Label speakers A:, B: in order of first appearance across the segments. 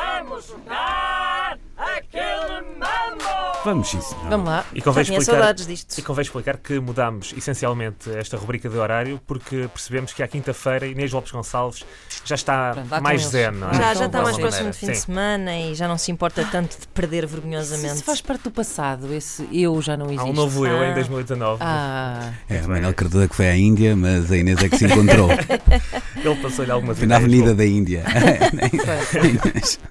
A: Vamos dar aquele mambo!
B: Vamos, sim, senhor.
C: Vamos lá.
B: E convém,
C: Já tinha
B: explicar,
C: saudades disto.
B: e convém explicar que mudámos essencialmente esta rubrica de horário porque percebemos que à quinta-feira Inês Lopes Gonçalves já está
C: Pronto, lá estão
B: mais
C: eles.
B: zen, não é?
C: Ah,
D: Já,
C: então
D: já está
C: vá.
D: mais
B: Sim.
D: próximo do fim de
B: Sim.
D: semana e já não se importa tanto de perder
C: Isso,
D: vergonhosamente.
C: isso faz parte do passado, esse eu já não
B: Há
C: existe.
B: um novo eu em
D: Ah.
B: 2019.
C: Ah,
E: É, a Manuel Cardoso que foi à Índia, mas a Inês é que se encontrou.
B: Ele passou-lhe algumas
E: Foi na
B: ideias.
E: Avenida da Índia.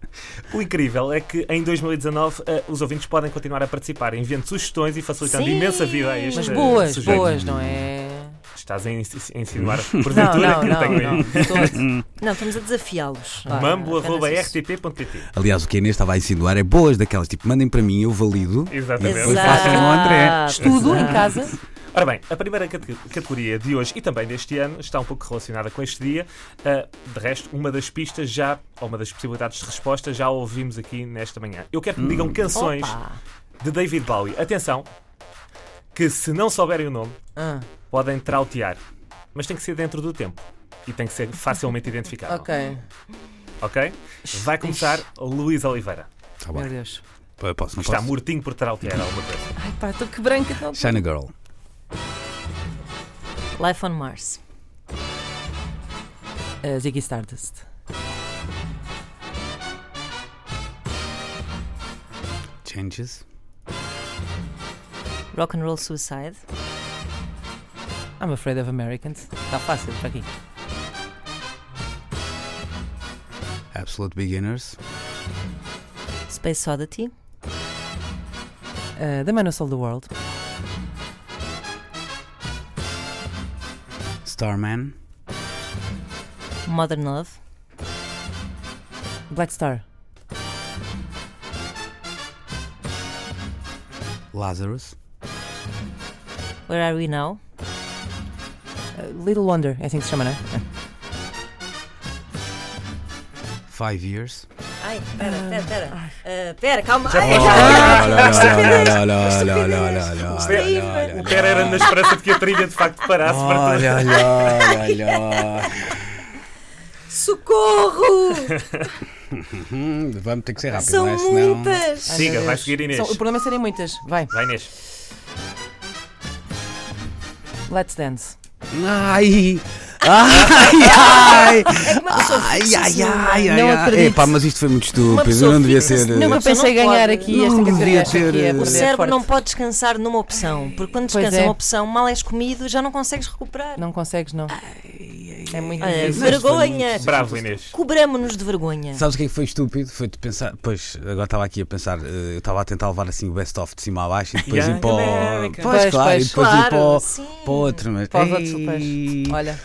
B: O incrível é que em 2019 eh, os ouvintes podem continuar a participar, enviando sugestões e facilitando
D: Sim.
B: imensa vida a este
C: mas boas,
B: é sujeito.
C: boas, não é?
B: Estás a insi- a insinuar
C: Não,
B: porventura
C: não,
B: que eu
C: não,
B: tenho
C: não.
B: aí.
C: de todo.
D: Não, estamos a desafiá-los.
C: Ah,
D: apenas isso.
B: mambo.rtp.pt
E: Aliás, o que a Inês estava a insinuar é boas daquelas, tipo, mandem para mim, eu valido.
B: Exatamente.
E: Depois façam ao André.
D: Exato.
C: Tudo em casa.
B: Ora bem, a primeira cate- categoria de hoje e também deste ano está um pouco relacionada com este dia. Ah, de resto, uma das pistas já, ou uma das possibilidades de resposta, já a ouvimos aqui nesta manhã. Eu quero que me digam canções
C: Hum. Opa.
B: de David Bowie. Atenção, que se não souberem o nome,
C: Ah,
B: podem trautear, mas tem que ser dentro do tempo. E tem que ser facilmente identificado.
C: ok.
B: Ok? Vai começar Luís Oliveira.
E: Tá
C: Meu
E: bom.
C: Deus.
E: Eu Posso, não
B: Está
E: posso?
B: mortinho por trautear alguma coisa.
C: Ai pá, estou que branca. não-
E: China Girl.
D: Life on Mars.
C: Ah, Ziggy Stardust.
E: Changes.
D: Rock and Roll Suicide.
C: I'm afraid of Americans. Está fácil para aqui.
E: Absolute Beginners.
D: Space Oddity.
C: Ah, the Man Who Sold the World.
E: Starman.
D: Modern Love.
C: Black Star.
E: Lazarus.
D: Where Are We Now?
C: Ah, Little Wonder, é assim que se chama, não é?
E: Five Years.
D: Ai, pera, pera, pera. Ah, pera, calma.
B: Já
D: Ai,
B: foi.
E: Olha, olha, olha, olha, olha, olha, olha,
B: O cara era na esperança de que a trilha de facto parasse para
E: Olha,
B: todos.
E: olha, olha.
D: Socorro!
E: Hum, Vamos ter que ser rápido,
D: São
E: não é? Senão-
D: muitas!
C: Ai,
B: Siga,
C: meu
B: vai
C: Deus.
B: seguir Inês.
C: São- o problema é serem muitas. Vai.
B: Vai Inês.
C: Let's Dance.
E: Ai!
D: É
E: Ai, ai! Ai, ai, ai, ai!
C: Não
E: ai.
C: acredito.
E: Epá, mas isto foi muito estúpido.
D: pessoa
E: Eu não devia
D: fica-se-
E: ser.
C: Nunca
D: Mas não
C: pensei
D: pode.
C: ganhar aqui
E: Não
C: esta categoria.
E: devia
C: Esta aqui
E: ter,
C: é
E: eh,
D: O
C: perder
D: cérebro
C: forte.
D: não pode descansar numa opção, porque quando
C: Pois
D: descansa
C: é.
D: uma opção, mal és comido, já não consegues recuperar.
C: Não consegues, não. É muito
D: Olha,
C: difícil.
D: vergonha!
B: Bravo Inês.
D: Cobramo-nos de vergonha.
E: Sabes o que é que foi estúpido? Foi de pensar. Pois, agora estava aqui a pensar. eh, Eu estava a tentar levar assim o best-of de cima a baixo e depois
B: Young
E: ir para o.
B: America.
E: Pois,
C: Pois,
E: claro,
C: pois.
E: e depois ir para o.
D: sim.
E: Para o outro, mas.
C: Para os outros
E: Ei.
C: papéis. Olha.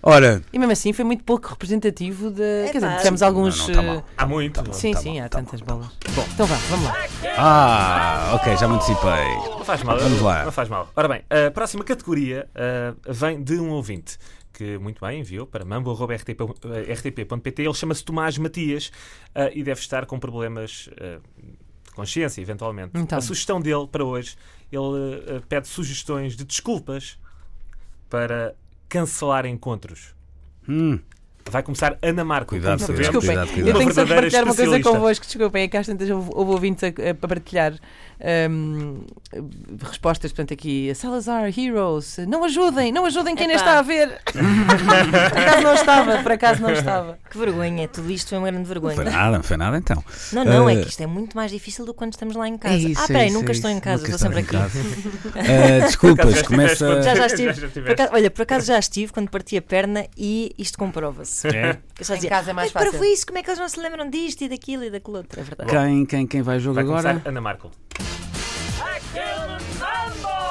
E: Ora,
C: E mesmo assim foi muito pouco representativo de. Quer dizer,
D: pá.
C: tivemos alguns. eh,
E: Não, não, tá
D: eh,
E: mal.
B: Há muito.
C: Sim,
E: Tá
C: sim,
E: bom,
C: há
E: tá
C: tantas bolas. Então vá, vamos lá.
E: ah, ok, já me antecipei.
B: Não faz mal.
E: Vamos lá.
B: Não faz mal. Ora bem, a próxima categoria ah, vem de um ouvinte que muito bem enviou para eh, mambo.rtp.pt. Ele chama-se Tomás Matias ah, e deve estar com problemas ah, de consciência, eventualmente.
C: Então.
B: A sugestão dele para hoje, ele ah, pede sugestões de desculpas para cancelar encontros.
E: Hum,
B: Vai começar Ana Marco.
E: Cuidado,
B: como
E: cuidado,
B: sabemos.
C: Desculpem,
E: cuidado,
C: eu
E: cuidado.
C: tenho que só
B: Uma verdadeira
C: partilhar uma coisa
B: especialista.
C: convosco. Desculpem, é que às tantas houve houve ouvintes a, a partilhar hum, respostas, portanto, aqui. Salazar, Heroes, não ajudem, não ajudem quem nem
D: Epá.
C: está a ver. por acaso não estava, por acaso não estava.
D: Que vergonha, tudo isto é uma grande
E: Não foi
D: vergonha.
E: nada, não foi nada então.
D: Não, não, é
E: Eh,
D: que isto é muito mais difícil do que quando estamos lá em casa.
E: É isso,
D: ah,
E: é
D: peraí,
E: isso,
D: nunca
E: é
D: estou
E: isso.
D: em casa,
E: Nunca
D: estou sempre aqui.
E: estou em casa. Ah, desculpas,
B: Já estiveste
E: começa.
B: quando-
D: Já, já estive. Por
B: estiveste.
D: acaso- olha, por acaso já estive quando parti a perna e isto comprova-se.
B: É.
D: Eu só
C: Em
D: dizia,
C: casa é mais
D: mas para
C: fácil."
D: foi isso, como é que eles não se lembram disto e daquilo e daquilo outro? É verdade.
E: Quem, quem, quem vai ao jogo
B: Vai
E: agora?
B: começar Ana Marco.
A: Aquele mambo!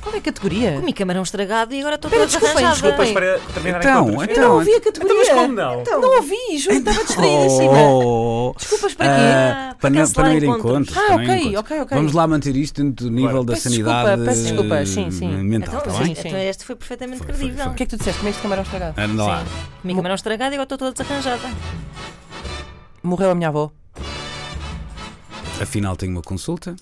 C: Qual é a categoria?
D: Comi camarão estragado e agora estou
C: Pera,
D: toda
C: desculpem,
D: desarranjada.
C: desculpem.
B: Mas para terminar
E: Então,
B: encontros.
E: então.
C: Eu não ouvi a categoria.
B: Então, mas como não?
C: Não ouvi, juro, estava distraída acima.
E: Oh.
C: Desculpas para
E: Ah,
C: quê?
D: para
E: para, não, para
D: cancelar
E: não ir em
D: encontros.
E: encontros.
C: Ah,
E: para não ir
C: ok,
E: em encontros.
C: ok, ok.
E: Vamos lá manter isto dentro do nível da
C: Peço
E: sanidade
C: desculpa, peço desculpa,
E: eh,
C: sim, sim.
E: mental.
D: Então,
E: tá
D: sim,
E: bem?
D: então este foi perfeitamente
E: Foi, foi,
D: credível.
E: foi.
C: O que é que tu disseste? Comeste camarão estragado?
E: Anda lá.
D: Comi camarão estragado e agora estou toda desarranjada.
C: Morreu a minha avó.
E: Afinal, tenho uma consulta.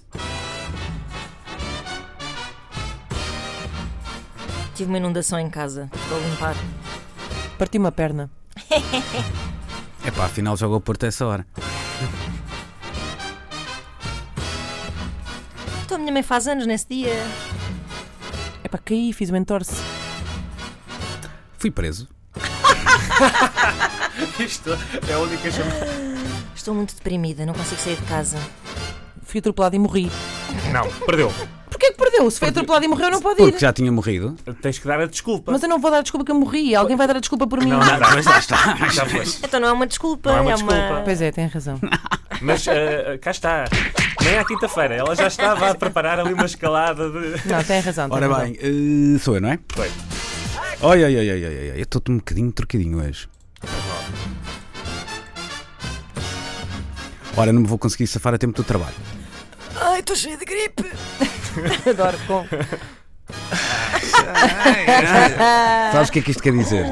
D: Tive uma inundação em casa, estou a limpar.
C: Parti uma perna.
E: É pá, afinal joga o Porto a essa hora.
D: Então a minha mãe faz anos nesse dia.
C: É para caí, fiz uma entorse.
E: Fui preso.
B: Isto é a única chamada.
D: Estou muito deprimida, não consigo sair de casa.
C: Fui atropelado e morri.
B: Não, perdeu.
C: Porquê que perdeu? Se foi atropelado e morreu, não pode ir.
E: Porque já tinha morrido.
B: Tens que dar a desculpa.
C: Mas eu não vou dar a desculpa que eu morri. Alguém vai dar a desculpa por mim.
B: Não, não, não, mas lá está. Já foi.
D: Então não é uma desculpa,
B: Não é uma
D: é
B: desculpa.
C: Pois é, tem razão.
B: Mas eh, cá está. Nem à quinta-feira. Ela já estava a preparar ali uma escalada de.
C: Não, tem razão. tem
E: Ora
C: razão.
E: bem, eh, sou eu, não é?
B: Foi.
E: Oi, oi, oi, oi, oi, oi, eu estou-te um bocadinho trocadinho hoje. Ora, não me vou conseguir safar a tempo do trabalho.
D: Ai, estou cheia de gripe.
C: Adoro. Com...
E: Sabes o que é que isto quer dizer?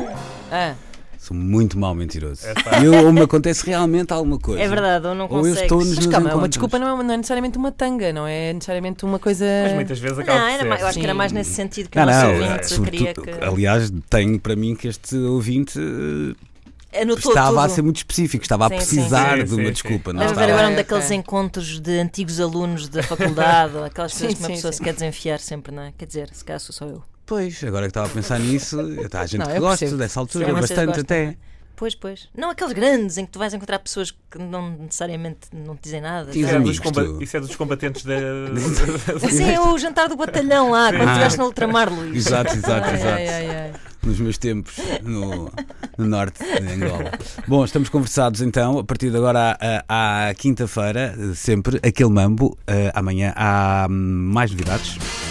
C: Ah,
E: Sou muito mal mentiroso.
B: Epá.
E: E eu, ou me acontece realmente alguma coisa.
D: É verdade, ou não
E: Ou eu
D: consegues.
E: estou nos
C: mas
E: meus
C: calma, uma
E: encontros.
C: desculpa não é, não é necessariamente uma tanga, não é necessariamente uma coisa.
B: Mas muitas vezes acaba
D: Não,
B: por
D: era
B: ser.
D: mais, eu acho que era
C: Sim.
D: mais nesse sentido que
E: Não,
D: o nosso
E: não, é
D: ouvinte queria
E: sobretudo,
D: que.
E: aliás, tenho para mim que este ouvinte eh,
D: Anotou
E: estava a
D: tudo.
E: ser muito específico, estava a
D: Sim,
E: precisar
B: sim.
E: de
B: Sim,
E: uma
B: sim,
E: desculpa. Não tá
D: Deve
E: estava...
D: haver agora um
C: Ok,
D: daqueles
C: ok.
D: encontros de antigos alunos da faculdade, ou aquelas coisas
C: Sim,
D: que uma
C: sim,
D: pessoa
C: sim.
D: se quer desenfiar sempre, não é? Quer dizer, se calhar sou só eu.
E: Pois, agora que estava a pensar nisso, eh, há gente
C: Não,
E: que
C: eu
E: gosta
C: percebo.
E: dessa altura,
D: Sim, vocês
E: bastante
D: gostam.
E: até.
D: Pois, pois. Não aqueles grandes em que tu vais encontrar pessoas que não necessariamente não te dizem nada.
E: Sim,
B: Isso é, dos
E: Amigos,
B: comba-
E: tu.
B: isso é dos combatentes da.
D: Sim, é o jantar do batalhão lá, quando
E: Ah.
D: estiveste na Ultramar, Luís.
E: Exato, exato,
C: Ai,
E: exato.
C: ai, ai, ai.
E: nos meus tempos no, no norte de Angola. Bom, estamos conversados então. A partir de agora, à- à, à quinta-feira, sempre aquele mambo. Eh, amanhã há hum, mais novidades.